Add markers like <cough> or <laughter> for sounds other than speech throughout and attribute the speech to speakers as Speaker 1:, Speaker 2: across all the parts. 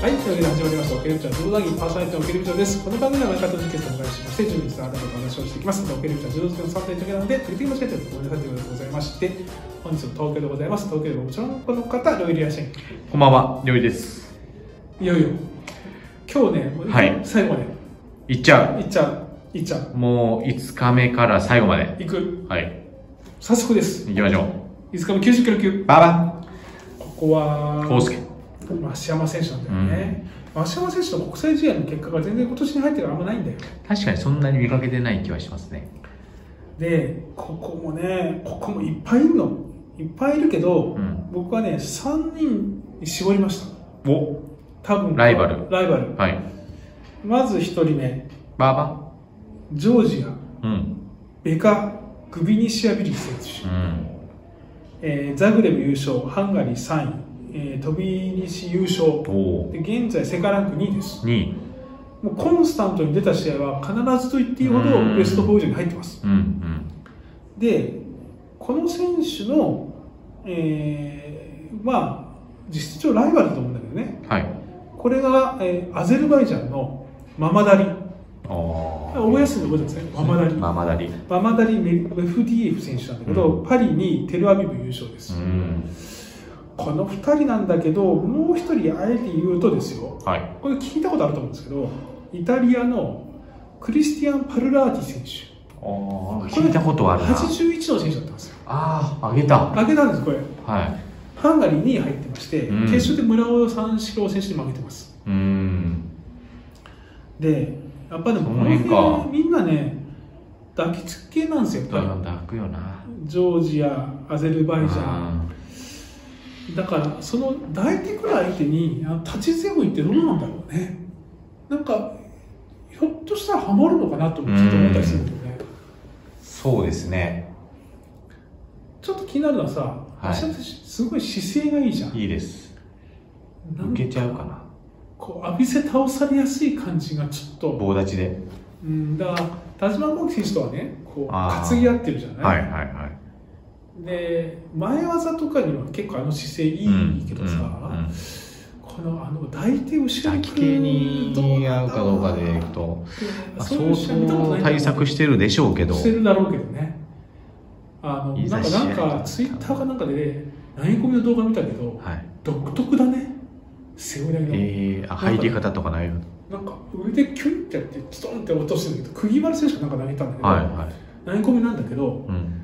Speaker 1: はい、というわけで始まりました、オケルブチャー柔道談義パーソナリティのオケルブチャーです。この番組は毎回とゲストをお迎えしまして、準備した改めてお話をしていきます。オケルブチャー柔道好きの3点だけなので、テレビ間違えてごめんなさいということでございまして、本日も東京でございます。東京でももちろんこの方、ロイリアシェン。
Speaker 2: こんばんは、りょういです。
Speaker 1: いよいよ、今日ね、もう
Speaker 2: はい
Speaker 1: 最後まで、
Speaker 2: いっちゃ
Speaker 1: いっちゃう、いっちゃう、
Speaker 2: う。もう5日目から最後まで。
Speaker 1: いく、
Speaker 2: はい。
Speaker 1: 早速です。
Speaker 2: 行きましょう。
Speaker 1: 5日も90キロ級、
Speaker 2: バ
Speaker 1: ここは
Speaker 2: バ、コウスケ。
Speaker 1: 増山選手なんだよね。増山選手の国際試合の結果が全然今年に入ってからあんまないんだよ。
Speaker 2: 確かにそんなに見かけてない気はしますね。
Speaker 1: でここもねここもいっぱいいるのいっぱいいるけど、
Speaker 2: うん
Speaker 1: 僕はね3人に絞りました
Speaker 2: お
Speaker 1: 多分
Speaker 2: ライバル
Speaker 1: ライバル
Speaker 2: はい。
Speaker 1: まず1人目
Speaker 2: ババ
Speaker 1: ジョージア
Speaker 2: うん。
Speaker 1: ベカ・グビニシアビリ選手、
Speaker 2: うん。
Speaker 1: えーザグレブ優勝ハンガリー3位、えー、飛び西優勝
Speaker 2: おお。
Speaker 1: で現在世界ランク2位です
Speaker 2: 2位。
Speaker 1: もうコンスタントに出た試合は必ずと言っていいほ
Speaker 2: う
Speaker 1: ど
Speaker 2: ん
Speaker 1: ベスト4以上に入ってます
Speaker 2: うん。
Speaker 1: でこの選手の、えーまあ実質上ライバルだと思うんだけどね
Speaker 2: うん。はい。
Speaker 1: これが、えーアゼルバイジャンのママダリ
Speaker 2: おおー。
Speaker 1: 覚えやすいの覚えてますねママダリ
Speaker 2: ママダリ。
Speaker 1: ママダリメメフディエフ選手なんだけど、
Speaker 2: う
Speaker 1: パリにテルアビブ優勝で
Speaker 2: う
Speaker 1: す、
Speaker 2: ん。
Speaker 1: この2人なんだけどもう1人あえて言うとですよ
Speaker 2: はい。
Speaker 1: これ聞いたことあると思うんですけどイタリアのクリスティアン・パルラーティ選手
Speaker 2: おー
Speaker 1: これ
Speaker 2: 聞いたことあるな。
Speaker 1: 81の選手だったんですよ
Speaker 2: ああ、あげた。
Speaker 1: 負けたんですこれ
Speaker 2: は
Speaker 1: ハンガリーに入ってまして、
Speaker 2: うん
Speaker 1: 決勝で村尾三四郎選手に負けてます。
Speaker 2: い。うん。
Speaker 1: で、やっぱでも、
Speaker 2: そ
Speaker 1: この
Speaker 2: の辺か
Speaker 1: 辺みんなね、抱きつけなんですよ、やっぱ
Speaker 2: だくよな。
Speaker 1: り。ジョージア、アゼルバイジャン。
Speaker 2: ン。
Speaker 1: だから、その抱いてくる相手に、あ立ち強いってどうなんだろうね。なんか、ひょっとしたらハマるのかなとちょっと思ったりするんだよね。
Speaker 2: そうですね。
Speaker 1: ちょっと気になるのはさ、
Speaker 2: はい
Speaker 1: 足立すごい姿勢がいいじゃん。
Speaker 2: いいです。
Speaker 1: なん
Speaker 2: 抜けちゃうかな。
Speaker 1: こう浴びせ倒されやすい感じがちょっと。
Speaker 2: 棒立ちで。
Speaker 1: うん、だから田島幸輝選手とはねこう
Speaker 2: あー
Speaker 1: 担ぎ合ってるじゃない、
Speaker 2: はいはいはい。
Speaker 1: で前技とかには結構あの姿勢いいけどさ、このあの抱いて後ろ
Speaker 2: 抱
Speaker 1: に
Speaker 2: き系に合うかどうかでいく
Speaker 1: と
Speaker 2: と、まあ
Speaker 1: そう
Speaker 2: 相
Speaker 1: いう試合見たことな
Speaker 2: 当
Speaker 1: い
Speaker 2: 対策してるでしょうけど、
Speaker 1: してるだろうけどねあの
Speaker 2: い
Speaker 1: な
Speaker 2: ざ
Speaker 1: んか
Speaker 2: 試合
Speaker 1: なんかツイッターかなんかで、ね、投げ込みの動画見たけど
Speaker 2: はい、
Speaker 1: 独特だね背負い投げの、
Speaker 2: えー、あ入り方とかないよ。
Speaker 1: なんか上でキュンってやってストンって落としてるんだけど釘丸選手がなんか投げたんだけど、
Speaker 2: はいはい。
Speaker 1: 投げ込みなんだけど
Speaker 2: うん。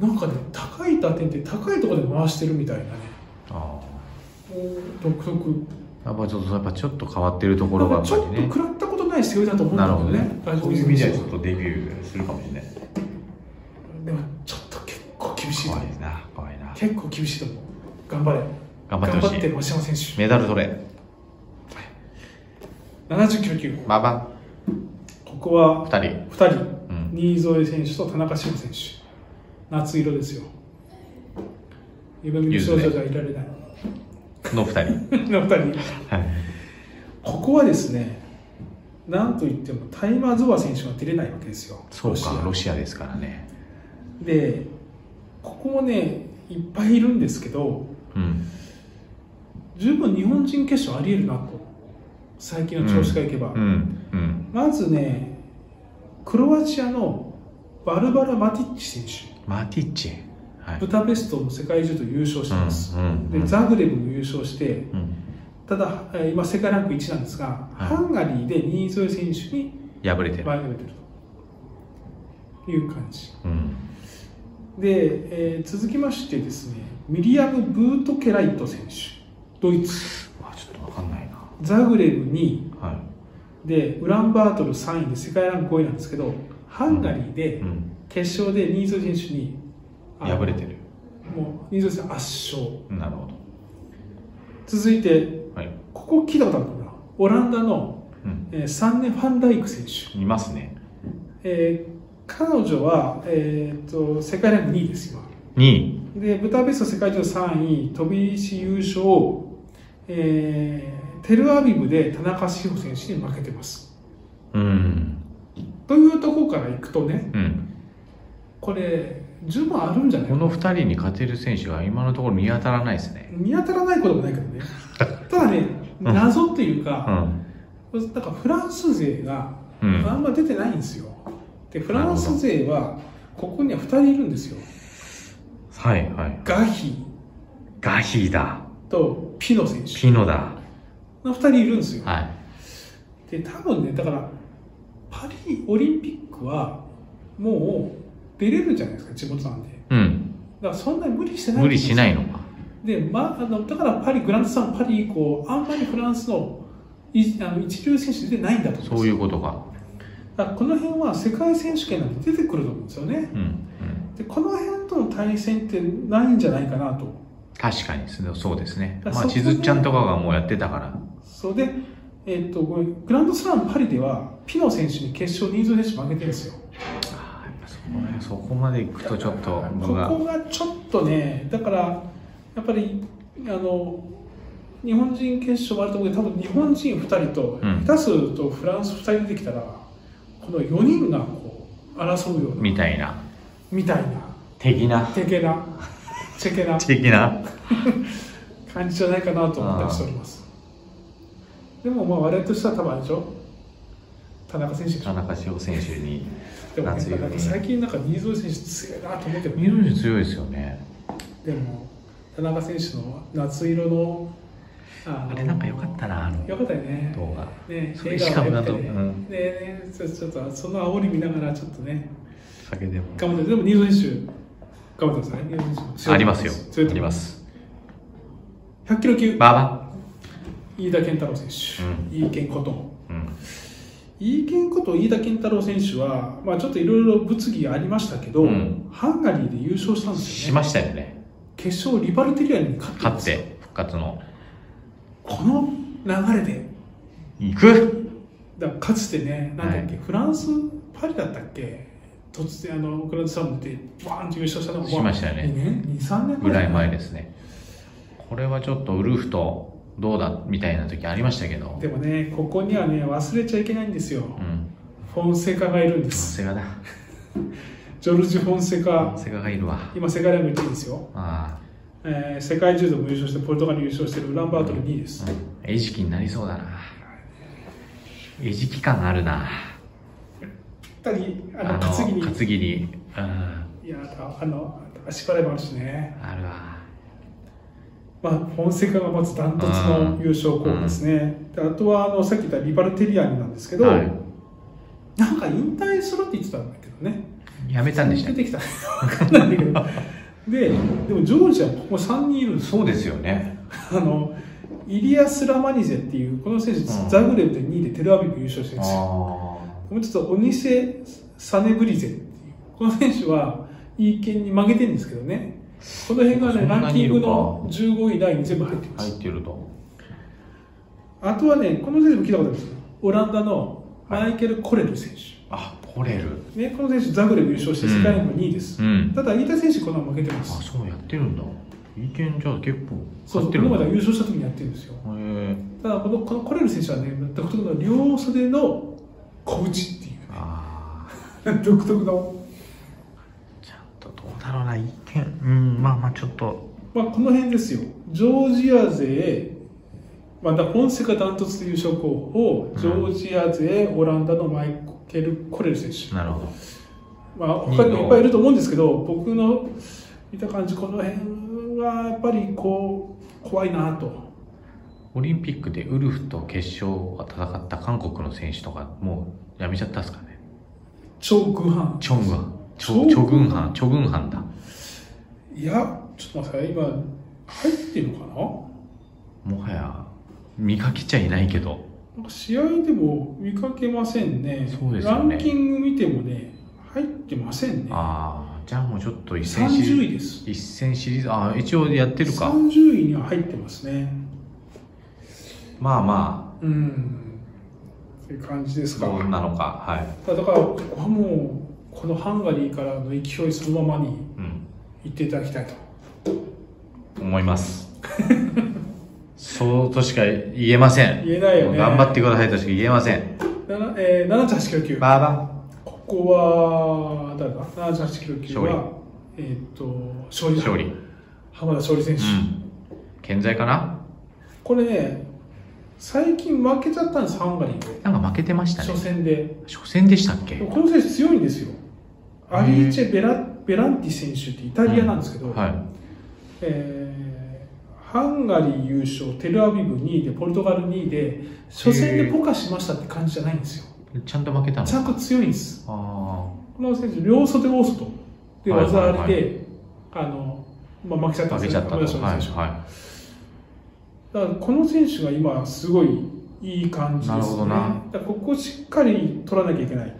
Speaker 1: なんかね、高い打点って高いところで回してるみたいなね、
Speaker 2: あ
Speaker 1: 独特、
Speaker 2: あ。やっぱちょっとやっぱちょっと変わってるとこ
Speaker 1: な
Speaker 2: ろ
Speaker 1: ん
Speaker 2: がや
Speaker 1: か
Speaker 2: っ
Speaker 1: ち
Speaker 2: ぱ
Speaker 1: ょっと
Speaker 2: りね。
Speaker 1: 食らったことない背負いだと思うん
Speaker 2: な
Speaker 1: だ
Speaker 2: る
Speaker 1: け
Speaker 2: ほ
Speaker 1: ど
Speaker 2: ど
Speaker 1: ね
Speaker 2: ね、。
Speaker 1: 大丈
Speaker 2: そ
Speaker 1: 夫
Speaker 2: う
Speaker 1: で
Speaker 2: い
Speaker 1: す
Speaker 2: う意味ではちょっとデビューするかもしれない。
Speaker 1: でもちょっと結構厳しいと
Speaker 2: 怖
Speaker 1: 思う、
Speaker 2: いな、怖いな。
Speaker 1: 結構厳しいと思う、頑張れ、
Speaker 2: 頑張ってほし
Speaker 1: 頑
Speaker 2: い。
Speaker 1: 張って、増山選
Speaker 2: メダル取れ。
Speaker 1: 手、70キロ級、
Speaker 2: まあま
Speaker 1: ここは
Speaker 2: あ、二人。
Speaker 1: 2人、
Speaker 2: うん。
Speaker 1: 新添選手と田中志保選手、夏色ですよ、夢見る少女じゃいられない、
Speaker 2: の二人。
Speaker 1: <laughs> の2人。
Speaker 2: はい。
Speaker 1: ここはですね、なんといってもタイマー・ゾワ選手が出れないわけですよ、
Speaker 2: そうか、
Speaker 1: ロ
Speaker 2: ロ
Speaker 1: シ
Speaker 2: シアですからね。
Speaker 1: アで、ここもね、いっぱいいるんですけど、
Speaker 2: うん。
Speaker 1: 十分日本人決勝ありえるなと、最近の調子がいけば、
Speaker 2: うん。うん。
Speaker 1: まずね、クロアチアのバルバラ・マティッチ選手、
Speaker 2: マティッチ。はい。
Speaker 1: ブタペストの世界中と優勝してます。
Speaker 2: うんうんう
Speaker 1: で
Speaker 2: ん
Speaker 1: ザグレブも優勝して、
Speaker 2: うん。
Speaker 1: ただ、えー今、世界ランク1なんですが、
Speaker 2: はい
Speaker 1: ハンガリーで新添選手に
Speaker 2: 破れてる。
Speaker 1: 前が出てるという感じ
Speaker 2: うん。
Speaker 1: で、えー続きましてですねミリアム・ブートケライト選手ドイツ
Speaker 2: あちょっとわかんないな。
Speaker 1: ザグレブ2位
Speaker 2: は
Speaker 1: でウランバートル3位で世界ランク5位なんですけどハンガリー
Speaker 2: い。
Speaker 1: で
Speaker 2: うん。
Speaker 1: 決勝で新添選手にあの
Speaker 2: 破れてる。
Speaker 1: もう新添選手圧勝
Speaker 2: なるほ
Speaker 1: 続いて
Speaker 2: ど。はい。
Speaker 1: ここ聞いたことあるかなオランダの、
Speaker 2: うん。
Speaker 1: えーサンネ・ファンダイク選手、
Speaker 2: いますね。
Speaker 1: えー彼女は、えー、と世界ランク2位です今
Speaker 2: 二位。
Speaker 1: でブダペスト世界中3位、飛び石優勝、えーテルアビブで田中志保選手に負けてます。
Speaker 2: うん。
Speaker 1: というところからいくとね、
Speaker 2: うん。
Speaker 1: これ、十分あるんじゃない
Speaker 2: この二人に勝てる選手が今のところ見当たらないですね。 <laughs>
Speaker 1: 見当たらないこともないけどね、ただね、
Speaker 2: うん
Speaker 1: 謎っていう
Speaker 2: う
Speaker 1: か、
Speaker 2: ん
Speaker 1: なんかフランス勢が
Speaker 2: う
Speaker 1: あ
Speaker 2: ん
Speaker 1: んま出てないんですよ。で、フラン
Speaker 2: なる
Speaker 1: ス
Speaker 2: ほ
Speaker 1: 勢は、ここには2人いるんですよ。
Speaker 2: はいはい
Speaker 1: ガヒ
Speaker 2: ガヒだ
Speaker 1: とピノ選手
Speaker 2: ピノだ
Speaker 1: の2人いるんですよ。
Speaker 2: はい
Speaker 1: で、多分ね、だから、パリオリンピックは、もう出れるじゃないですか、地元なんで。
Speaker 2: うん
Speaker 1: だからそんなに無理してない。
Speaker 2: 無理しないいのか
Speaker 1: で、ま、あのだからパリ、グランドスラムパリ以降、あんまりフランスのいあの一流選手出てないんだと思うんですよ
Speaker 2: そういうことか
Speaker 1: だからこの辺は世界選手権なんて出てくると思うんですよね。
Speaker 2: うんうん
Speaker 1: で、この辺との対戦ってないんじゃないかなと。
Speaker 2: 確かにそうそうですね
Speaker 1: だ
Speaker 2: ま
Speaker 1: から
Speaker 2: あ
Speaker 1: そこ
Speaker 2: ち
Speaker 1: で
Speaker 2: ずっちゃんとかがもうやってたから
Speaker 1: それで、えっとごめんグランドスラムパリでは、ピノ選手に決勝、人数選手負けてるんですよ。
Speaker 2: あーやっぱそこねそこまでいくとちょっと
Speaker 1: こ
Speaker 2: 僕が
Speaker 1: こがちょっとね、だから、やっぱり、あの、日本人決勝もあると思うけど、多分日本人2人と、
Speaker 2: うん
Speaker 1: 下手するとフランス2人出てきたら、この4人がこう争うような、
Speaker 2: みたいな
Speaker 1: みたいな、
Speaker 2: 的な
Speaker 1: てけな、チェケな
Speaker 2: 的な
Speaker 1: 感じじゃないかなと思ったりしております。でも、まあ、我々としては多分あれでしょ田中選手でし
Speaker 2: 田
Speaker 1: ょ
Speaker 2: 中志保選手に
Speaker 1: でも、ね、
Speaker 2: 夏
Speaker 1: な
Speaker 2: よ
Speaker 1: ん
Speaker 2: り
Speaker 1: か最近なんか新添選手強いなと思ってる
Speaker 2: ミドル強いですよね
Speaker 1: でも田中選手の夏色のあ
Speaker 2: あれなんか良かったなあの
Speaker 1: よかったよね
Speaker 2: 動画
Speaker 1: ね
Speaker 2: それ
Speaker 1: 笑
Speaker 2: しか
Speaker 1: 顔
Speaker 2: も
Speaker 1: が
Speaker 2: な
Speaker 1: 良く
Speaker 2: ん
Speaker 1: て
Speaker 2: と
Speaker 1: ね,、
Speaker 2: うん
Speaker 1: でねちょちょっとその煽り見ながらちょっとね
Speaker 2: 酒でも
Speaker 1: 頑張ってでも新添選手頑張ってください新添選手強
Speaker 2: あ
Speaker 1: いと思
Speaker 2: り
Speaker 1: い
Speaker 2: ますよ
Speaker 1: 強いと
Speaker 2: あり
Speaker 1: 思い
Speaker 2: ま
Speaker 1: ます
Speaker 2: す
Speaker 1: 100キロ級
Speaker 2: ババ
Speaker 1: 飯田健太郎選手、
Speaker 2: うん
Speaker 1: 飯健こと
Speaker 2: うん
Speaker 1: 飯健こと飯田健太郎選手は、まあ、ちょっといろいろ物議ありましたけど、
Speaker 2: うん
Speaker 1: ハンガリーで優勝したんです
Speaker 2: し
Speaker 1: よね
Speaker 2: ましたよね
Speaker 1: 決勝リバルテリアに勝って
Speaker 2: 勝
Speaker 1: ま
Speaker 2: っ
Speaker 1: すよ
Speaker 2: て復活の
Speaker 1: この流れで
Speaker 2: 行く
Speaker 1: だからかつてね、なんだっけ、フランス、パリだったっけ、突然、あのグランドスラムで、バーンと優勝したのが、
Speaker 2: しましたよね
Speaker 1: 2年、2、3年
Speaker 2: ぐらい前
Speaker 1: で。
Speaker 2: ですねこれはちょっとウルフとどうだみたいな時ありましたけど
Speaker 1: でもね、ここにはね、忘れちゃいけないんですよ。
Speaker 2: うん
Speaker 1: フォンセカがいるんです。
Speaker 2: セガだ
Speaker 1: ジョルジュ・フォンセカ、
Speaker 2: セガがいるわ
Speaker 1: 今、世界ランク1位ですよ。
Speaker 2: あ
Speaker 1: えー世界柔道も優勝して、ポルトガル優勝してるウランバートル2位です。
Speaker 2: あうん餌食になりそうだな餌食感あるな
Speaker 1: 二人、あの、担ぎに、
Speaker 2: 担ぎにうん
Speaker 1: いや、あの、足払いもあるしね。
Speaker 2: あるわ
Speaker 1: まあ、フォンセカがまずダントツの優勝候補ですね。であとは、あの、さっき言ったリバルテリアンなんですけど、
Speaker 2: はい
Speaker 1: なんか引退するって言ってたんだけどね。
Speaker 2: やめたんでした
Speaker 1: 出
Speaker 2: っ
Speaker 1: て
Speaker 2: け
Speaker 1: きた。わかんないんだけど。で、でもジョージアここ3人いるんです
Speaker 2: そうですよね
Speaker 1: あの、イリアス・ラマニゼっていう、この選手、
Speaker 2: ん
Speaker 1: ザグレブで2位でテルアビブ優勝してるんですよ。
Speaker 2: あ
Speaker 1: もうちょっとオニセ・サネブリゼっていう、この選手は、いい県に負けてるんですけどね。この辺が
Speaker 2: そ
Speaker 1: ね、
Speaker 2: んな
Speaker 1: ラン
Speaker 2: に
Speaker 1: キ
Speaker 2: い
Speaker 1: ング
Speaker 2: るか
Speaker 1: の15位、ラインに全部入って
Speaker 2: あ
Speaker 1: ます。
Speaker 2: 入ってると
Speaker 1: あとはね、この選手も聞いたことあるんですよ。オランダのマイケル・コレル選手。
Speaker 2: あコレル
Speaker 1: ね、この選手、ザグレブ優勝して世界ランク2位です。
Speaker 2: うん
Speaker 1: ただ、飯田選手、このまま負けてま
Speaker 2: あ
Speaker 1: す。
Speaker 2: そうやってるんだいいけんじゃあ結構
Speaker 1: そうそ
Speaker 2: 買っ
Speaker 1: う、
Speaker 2: てるん
Speaker 1: 今
Speaker 2: だ
Speaker 1: まで優勝した時にやってるんですよ。
Speaker 2: へえ
Speaker 1: ただこの、このコレル選手はね、独特の <laughs> 両袖の小打ちってい
Speaker 2: ああ
Speaker 1: う、独特の、
Speaker 2: ちゃんとどうだろうないいけんうんまあまあちょっと
Speaker 1: まあ、この辺ですよ、ジョージア勢、またフォンセカダントツで優勝候補、ジョージア勢、オランダのマイケル・コレル選手、
Speaker 2: なるほど
Speaker 1: まあ、他にもいっぱいいると思うんですけど、僕の見た感じ、この辺はやっぱりこう、怖いなと。
Speaker 2: オリンピックでウルフと決勝が戦った韓国の選手とかもうやめちゃったっすかね
Speaker 1: チョ・グハン
Speaker 2: チョンがチ
Speaker 1: チ
Speaker 2: ョ
Speaker 1: ョ
Speaker 2: チョグンハンチョグンハンだ
Speaker 1: いや、ちょっと待ってください、今、入ってるのかな
Speaker 2: もはや見かけちゃいないけど
Speaker 1: なんか試合でも見かけませんね。
Speaker 2: そうです
Speaker 1: ラ
Speaker 2: よね
Speaker 1: ンキング見てもね、入ってませんね。
Speaker 2: ああじゃあもうちょっと一戦シリー
Speaker 1: 30
Speaker 2: ズ
Speaker 1: 位です。
Speaker 2: 一戦シリーズああ一応やってるか
Speaker 1: 30位には入ってますね。
Speaker 2: まあま
Speaker 1: うん。っていう感じで
Speaker 2: あ
Speaker 1: すか。
Speaker 2: どうなのかはい
Speaker 1: だから、ここはもう、このハンガリーからの勢いそのままに
Speaker 2: うん、
Speaker 1: 行っていただきたいと。
Speaker 2: 思います
Speaker 1: <laughs>
Speaker 2: そうとしか言えません
Speaker 1: 言えないよね
Speaker 2: 頑張ってくださいとしか言えません
Speaker 1: なえー、78キロ級。
Speaker 2: バーバ
Speaker 1: ここは、誰だ ?78 キロ級は、えーっ、と、勝利だ
Speaker 2: 勝利、う
Speaker 1: 浜田勝利選手。
Speaker 2: ん、健在かな
Speaker 1: これね、最近負けちゃったんです、ハンガリーで。
Speaker 2: なんか負けてましたね
Speaker 1: 初。戦で。
Speaker 2: 初戦でしたっけ
Speaker 1: でもこの選手強いんですよ。アリーチェ・ベラベランティ選手ってイタリアなんですけど、
Speaker 2: はい。
Speaker 1: えーハンガリー優勝、テルアビブ2位で、ポルトガル2位で、初戦でポカしましたって感じじゃないんですよ。
Speaker 2: ちゃんと負けたの
Speaker 1: ちゃんと強いんです。
Speaker 2: あ
Speaker 1: この選手、両袖、大外で
Speaker 2: はい
Speaker 1: 技ありで、
Speaker 2: はい
Speaker 1: あ
Speaker 2: は
Speaker 1: のまあ、負けちゃっ
Speaker 2: あ。
Speaker 1: たん
Speaker 2: 負
Speaker 1: です
Speaker 2: けち
Speaker 1: よ
Speaker 2: ゃ
Speaker 1: ね、
Speaker 2: ったと。
Speaker 1: 友
Speaker 2: はい。
Speaker 1: 達の選手だ
Speaker 2: は
Speaker 1: からこの選手が今、すごいいい感じですね。
Speaker 2: なるほどな
Speaker 1: だからここをしっかり取らなきゃいけない。
Speaker 2: い。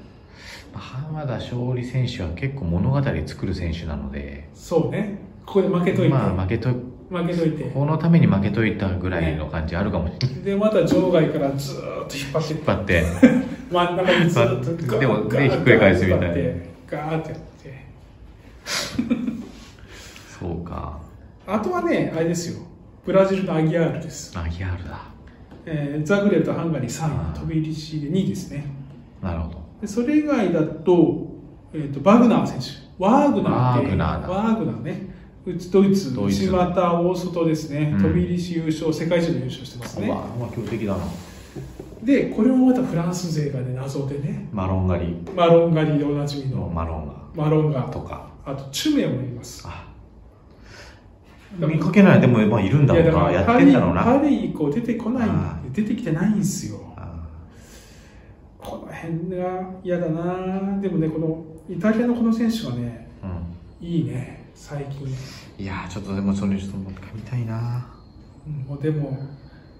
Speaker 2: 浜田勝利選手は結構物語作る選手なので、
Speaker 1: そうね、ここで負けといて、
Speaker 2: まあ負けと、
Speaker 1: 負けといて、
Speaker 2: このために負けといたぐらいの感じあるかもしれない。
Speaker 1: で、また場外からずーっと引っ張って、
Speaker 2: 引っ張って、
Speaker 1: 真ん中にずーっと
Speaker 2: まあ
Speaker 1: ガー
Speaker 2: でも
Speaker 1: ガー
Speaker 2: ねひっくり返すみたいな
Speaker 1: ガーってガーってやって。
Speaker 2: そうか。
Speaker 1: あとはね、あれですよ、ブラジルのアギアールです。
Speaker 2: アギアールだ。
Speaker 1: えーザグレブとハンガリー3位、飛び入り C で2位ですね。
Speaker 2: なるほど。
Speaker 1: でそれ以外だと,、えー、とバグナー選手ワーグナーって
Speaker 2: ワーグナーだ
Speaker 1: ワーグナーねうちドイツ
Speaker 2: ドイツ
Speaker 1: 内股大外ですね、
Speaker 2: うん
Speaker 1: 飛び入りし優勝世界一の優勝してます
Speaker 2: う
Speaker 1: ね
Speaker 2: わ、まあ強敵だな。
Speaker 1: でこれもまたフランス勢がね謎でね
Speaker 2: マロン狩り
Speaker 1: マロン狩りでおなじみ
Speaker 2: の
Speaker 1: の
Speaker 2: マロン
Speaker 1: マロン
Speaker 2: ガ
Speaker 1: ガ
Speaker 2: とか。
Speaker 1: あとチュメもいます
Speaker 2: あ見かけない、でも、まあ、いるんだろうな。やってんだろう
Speaker 1: パ
Speaker 2: な。
Speaker 1: リパリ以降出てこない
Speaker 2: あ
Speaker 1: 出てきてないんですよ
Speaker 2: あ
Speaker 1: この辺が嫌だなでもねこのイタリアのこの選手はね
Speaker 2: ーうん
Speaker 1: いいね最近
Speaker 2: いやーちょっとでもそれちょっともう一回見たいな
Speaker 1: うんもうでも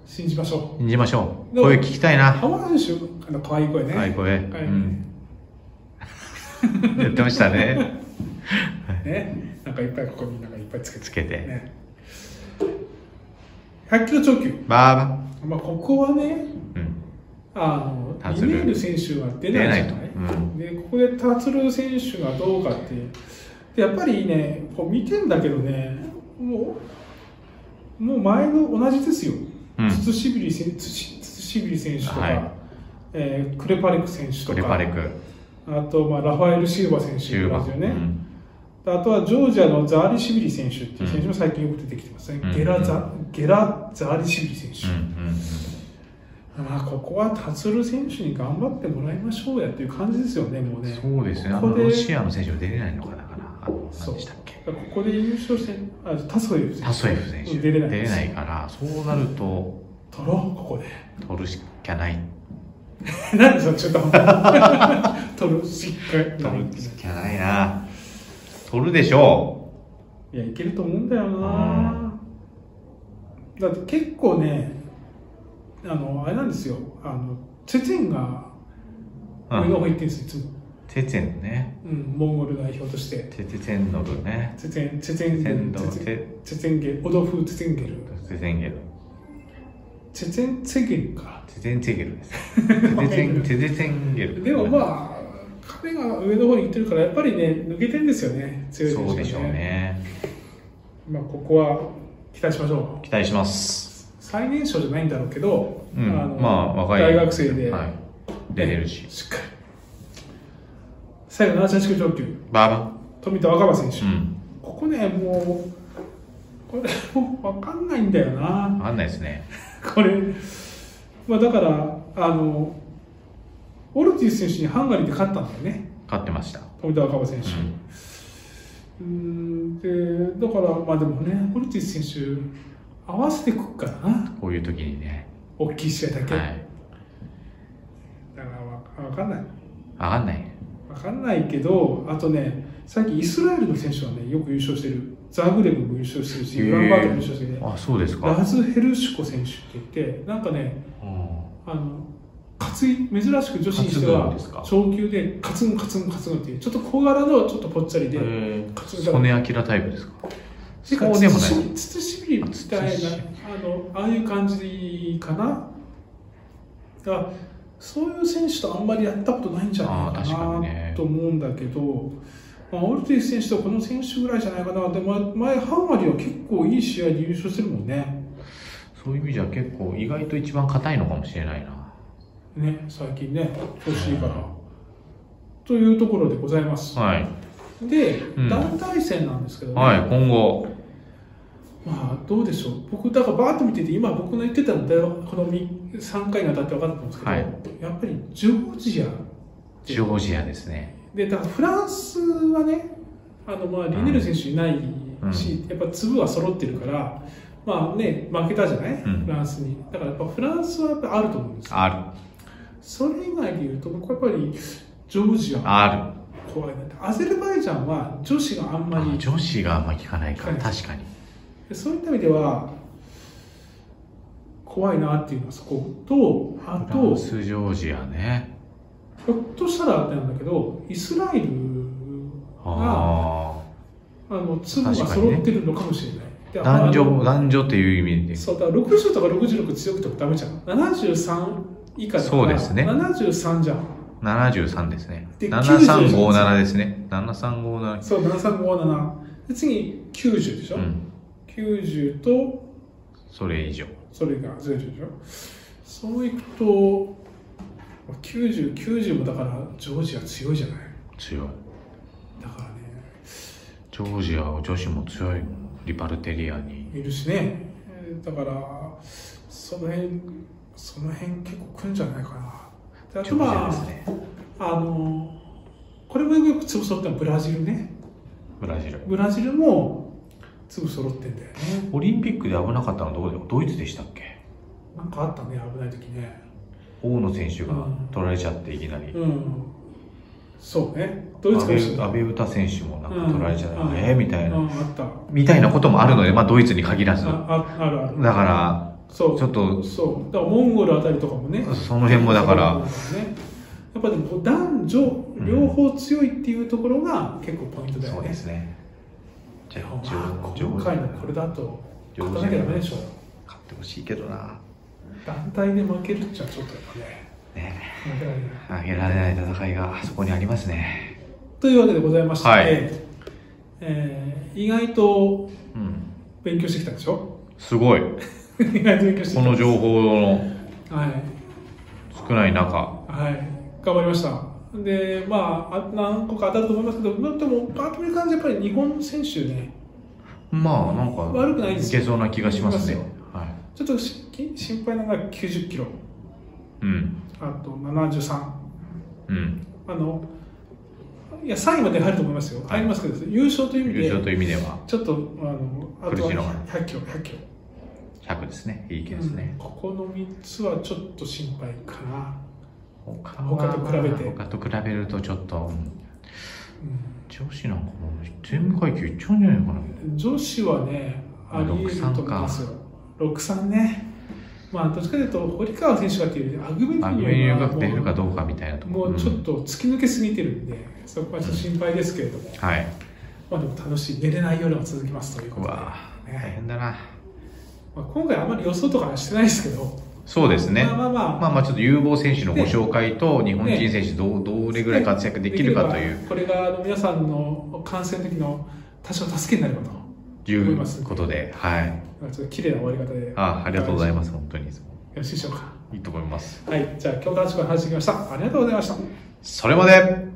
Speaker 1: 信じましょう
Speaker 2: 信じましょう
Speaker 1: でも
Speaker 2: 声聞きたいな
Speaker 1: 浜田選手あの可愛い声ね、
Speaker 2: はい声う
Speaker 1: はい
Speaker 2: んやってましたね
Speaker 1: ねなんかいっぱいここになんかいっぱいつけて
Speaker 2: つけて
Speaker 1: ね100キロ超級、
Speaker 2: バ
Speaker 1: まあ、ここはね
Speaker 2: ーバ
Speaker 1: あ
Speaker 2: うん
Speaker 1: の
Speaker 2: タ
Speaker 1: リ
Speaker 2: ツ
Speaker 1: ネ
Speaker 2: ル
Speaker 1: ール選手は出
Speaker 2: 出
Speaker 1: な
Speaker 2: ないい
Speaker 1: じ
Speaker 2: と
Speaker 1: ゃない、
Speaker 2: うん
Speaker 1: でここでタツル選手がどうかってでやっぱりねこう見てんだけどねもうもう前の同じですよ、
Speaker 2: うん
Speaker 1: ツツシビリ選ツシツツシビリ選手とか、
Speaker 2: はい
Speaker 1: えークレパレク選手とか
Speaker 2: クレパレク
Speaker 1: あと、まあ、ラファエル・シルバ選手
Speaker 2: 中
Speaker 1: いま
Speaker 2: 盤
Speaker 1: すよ
Speaker 2: う
Speaker 1: ね、
Speaker 2: ん
Speaker 1: あとはジョージアのザーリシビリ選手っていう選手も最近よく出てきてますね、
Speaker 2: うん
Speaker 1: ゲラザゲラザーリシビリ選
Speaker 2: うん
Speaker 1: 手、まあ、ここは達郎選手に頑張ってもらいましょうやっていう感じですよね、もう
Speaker 2: うんう
Speaker 1: ね
Speaker 2: ん。そうですねあ
Speaker 1: ここ
Speaker 2: の
Speaker 1: で
Speaker 2: ロシアの選手は出れないのかなかなあの何でしたっけ
Speaker 1: ここで優勝して、あタソエフ選
Speaker 2: タ
Speaker 1: 手、
Speaker 2: ソエフ選手
Speaker 1: 出れない
Speaker 2: 出れないからそうなると
Speaker 1: 取ろう、ここで。 <laughs>
Speaker 2: 取るしかない
Speaker 1: なんでしょ、ちょっと、取る、しっかり
Speaker 2: 取るしかないな取るでしょ
Speaker 1: いや、いけると思うんだよな、だって結構ね、あの、あれなんですよ、あのチェチェンが
Speaker 2: う
Speaker 1: 上の
Speaker 2: うん
Speaker 1: 方行ってるんですよ、いつも。
Speaker 2: チェチェンね
Speaker 1: うん、モンゴル代表として、
Speaker 2: チェチェチェンノルね
Speaker 1: チェチェン、チェチェンゲル、チ
Speaker 2: チェチェ
Speaker 1: ェ
Speaker 2: ン
Speaker 1: チェンチェチェンゲル、オドフーチェチェンゲル、
Speaker 2: チェチェンゲル
Speaker 1: チェチェンチェゲルか。
Speaker 2: チェチェンチェゲ
Speaker 1: <laughs>
Speaker 2: ルですチェチェンチェチェンゲル
Speaker 1: でもまあ、彼が上の方に行ってるから、やっぱりね、抜けてんですよね、強い選手が、ね。
Speaker 2: そうでしょうね
Speaker 1: まあ、ここは期待しましょう。
Speaker 2: 期待します
Speaker 1: 最年少じゃないんだろうけど、
Speaker 2: うん
Speaker 1: あの
Speaker 2: まあ若い
Speaker 1: 大学生で、
Speaker 2: はい出れるし
Speaker 1: しっかり。最後、78キロ超級、
Speaker 2: バーバ
Speaker 1: 富田若葉選手。
Speaker 2: うん
Speaker 1: ここね、もう、これ、もう分かんないんだよな。
Speaker 2: 分かんないですね
Speaker 1: これ、まあ、だからあのオルティス選手にハンガリーで勝ったんだよね
Speaker 2: 勝ってました
Speaker 1: 富田若葉選手、
Speaker 2: うん
Speaker 1: うーん、でだからまあでもねオルティス選手合わせてくっからな
Speaker 2: こういう時にね
Speaker 1: 大きい試合だけ、
Speaker 2: はい
Speaker 1: だからわ分かんない
Speaker 2: 分かんない
Speaker 1: 分かんないけどあとね最近イスラエルの選手はねよく優勝してるザグレブも優勝してるし
Speaker 2: へー
Speaker 1: ウランバートも優勝してるね
Speaker 2: あそうです
Speaker 1: ラ
Speaker 2: か
Speaker 1: ズ・ヘルシュコ選手って言ってなんかね
Speaker 2: うん
Speaker 1: あの担い珍しく女子にして
Speaker 2: 担ぐん
Speaker 1: は
Speaker 2: ですか
Speaker 1: 昇級でカツンカツンカツンっていうちょっと小柄のちょっとぽっちゃりで、
Speaker 2: え
Speaker 1: カツン
Speaker 2: ー
Speaker 1: だ
Speaker 2: 曽根明タイプですか
Speaker 1: てか
Speaker 2: そうでもない
Speaker 1: 慎慎しみみたい
Speaker 2: あ慎
Speaker 1: な
Speaker 2: し
Speaker 1: あのああいう感じかなだからそういう選手とあんまりやったことないんじゃな
Speaker 2: あー
Speaker 1: い
Speaker 2: 確か
Speaker 1: か
Speaker 2: に
Speaker 1: な
Speaker 2: ね
Speaker 1: と思うんだけど、まあ、オルティス選手とこの選手ぐらいじゃないかなでも前ハンガリーは結構いい試合で優勝してるもんね
Speaker 2: そういう意味じゃ結構意外と一番硬いのかもしれないな
Speaker 1: ね最近ね調子いいから。というところでございます。
Speaker 2: はい
Speaker 1: で、
Speaker 2: うん
Speaker 1: 団体戦なんですけどね、
Speaker 2: はい今後
Speaker 1: まあ、どうでしょう僕だからバーッと見てて今僕の言ってたのだよこの3回に当たって分かったんですけど、
Speaker 2: はい
Speaker 1: やっぱりジョージア
Speaker 2: ジョージアですね。
Speaker 1: でだからフランスはねあのまあリネル選手いないし、やっぱ粒は揃ってるからまあね負けたじゃない、
Speaker 2: うん
Speaker 1: フランスにだからやっぱフランスはやっぱあると思うんですよ
Speaker 2: R、
Speaker 1: それ以外で言うと僕はやっぱりジョージア
Speaker 2: R。
Speaker 1: 怖いなってアゼルバイジャンは女子があんまり
Speaker 2: 女子があんま聞かないから、
Speaker 1: はい
Speaker 2: 確かに。
Speaker 1: でそういった意味では怖いなっていうのはそことあ
Speaker 2: フラ
Speaker 1: と
Speaker 2: ンス、ジョージアね。
Speaker 1: ひょっとしたらなんだけどイスラエルがあ
Speaker 2: あ
Speaker 1: の粒が揃ってるのかもしれない。で
Speaker 2: あ。
Speaker 1: あの
Speaker 2: 男女、男女という意味で。
Speaker 1: そうだから60とか66強くてもダメじゃん73以下だから
Speaker 2: そうですね
Speaker 1: 73じゃん
Speaker 2: 73ですね。
Speaker 1: で
Speaker 2: 7357ですね。7357。
Speaker 1: そう7357で次90でしょ、
Speaker 2: うん。
Speaker 1: 90と
Speaker 2: それ以上。
Speaker 1: それがずれてるでしょそういくと9090もだからジョージア強いじゃない
Speaker 2: 強い。
Speaker 1: だからね
Speaker 2: ジョージアは女子も強いもん。リバルテリアに。
Speaker 1: いるしねえーだからその辺その辺結構くんじゃないかなであ
Speaker 2: ジ
Speaker 1: と
Speaker 2: ョージ
Speaker 1: ま
Speaker 2: ア
Speaker 1: あ
Speaker 2: ですね。
Speaker 1: あのこれもよく潰そうってのはブラジルね
Speaker 2: ブラジル。
Speaker 1: ブラジルも粒揃ってんだよね
Speaker 2: オリンピックで危なかったのはどこでドイツでしたっけ
Speaker 1: なんかあったね危ない時ね
Speaker 2: 大野選手が取られちゃっていきなり。
Speaker 1: うんそうねドイツか
Speaker 2: 阿部
Speaker 1: もしれない
Speaker 2: 阿部詩選手もなんか取られちゃって、
Speaker 1: うんうん
Speaker 2: えーみたいな、
Speaker 1: うん、あった
Speaker 2: みたいなこともあるので、まあ、ドイツに限らず、だか
Speaker 1: あああるある
Speaker 2: ら、
Speaker 1: そう
Speaker 2: ちょっと
Speaker 1: そうだからモンゴルあたりとかもね
Speaker 2: その辺もだから、
Speaker 1: そうねやっぱでも男女両方強いっていうところが結構ポイントだよ
Speaker 2: そう
Speaker 1: ね
Speaker 2: で、すね。じゃあ、ジ
Speaker 1: まあ
Speaker 2: ョジョ
Speaker 1: 今
Speaker 2: ージア
Speaker 1: 回のこれだと
Speaker 2: ジョ
Speaker 1: 勝た
Speaker 2: ージ
Speaker 1: なき
Speaker 2: ア
Speaker 1: ゃダメでしょ
Speaker 2: 勝ってほしいけどな、
Speaker 1: 団体で負けるっちゃちょっとやっぱね
Speaker 2: ね、
Speaker 1: 負けられない
Speaker 2: あげられない戦いがそこにありますね。
Speaker 1: というわけでございまして、
Speaker 2: はい
Speaker 1: えー意外と
Speaker 2: うん、
Speaker 1: 勉強してきたでしょ <laughs>
Speaker 2: すごい、
Speaker 1: 意外と勉強して
Speaker 2: こ
Speaker 1: き
Speaker 2: の情報の
Speaker 1: たはい
Speaker 2: 少ない中、
Speaker 1: はい、頑張りました。で、まあ、あ何個か当たると思いますけど、まあ、でも、パート見る感じ、やっぱり日本選手ね、
Speaker 2: まあ、なんか、
Speaker 1: 悪くないです
Speaker 2: けそうな気がしますね
Speaker 1: いけま。
Speaker 2: はい
Speaker 1: ちょっとし心配なのが90キロ、
Speaker 2: うん、
Speaker 1: あと73、
Speaker 2: うん、
Speaker 1: あの、いや、3位まで入ると思いますよ、入りますけど、優勝という意
Speaker 2: 優勝
Speaker 1: 味
Speaker 2: と
Speaker 1: で、
Speaker 2: いう意味では
Speaker 1: ちょっと、あの、あと
Speaker 2: 苦
Speaker 1: は
Speaker 2: しいのが
Speaker 1: 100キロ、100キロ。
Speaker 2: 100ですね、いい意見です
Speaker 1: う
Speaker 2: ね
Speaker 1: ん。ここの3つはちょっと心配かな。
Speaker 2: 他
Speaker 1: 他と比べて
Speaker 2: 他と比べるとちょっと、うん
Speaker 1: うん
Speaker 2: 女子なんかもう全部階級いっちゃうんじゃないかな
Speaker 1: 女子はね、ありえると思いますよ。63ね。まあ、どっちかというと、堀川選手がっていうよりアグベニ
Speaker 2: あ輸入
Speaker 1: ュ
Speaker 2: 額出るか
Speaker 1: が
Speaker 2: どうかみたいなとこ
Speaker 1: もうもうちょっと突き抜けすぎてるんで、そこはちょっと心配ですけれども、
Speaker 2: うんはい
Speaker 1: まあでも楽しい、寝れない夜が続きますというこ
Speaker 2: う
Speaker 1: とで、
Speaker 2: わ大
Speaker 1: ね
Speaker 2: 変だな
Speaker 1: まあ、今回あまり予想とかはしてないですけど、
Speaker 2: そうですね
Speaker 1: まあまあまあ、
Speaker 2: まあまあちょっと有望選手のご紹介と日本人選手どうどれぐらい活躍できるかと
Speaker 1: で
Speaker 2: い
Speaker 1: き
Speaker 2: う
Speaker 1: ればこれがあの皆さんの観戦の時の多少助けになればと、
Speaker 2: いうことではい
Speaker 1: ちょっと綺麗な終わり方で、
Speaker 2: あありがとうござい
Speaker 1: ま
Speaker 2: ます本当にい
Speaker 1: す。
Speaker 2: つも
Speaker 1: よろしいでしょうか。
Speaker 2: いいと思います
Speaker 1: はい、じゃあ、今日から話してきました。ありがとうございました。
Speaker 2: それまで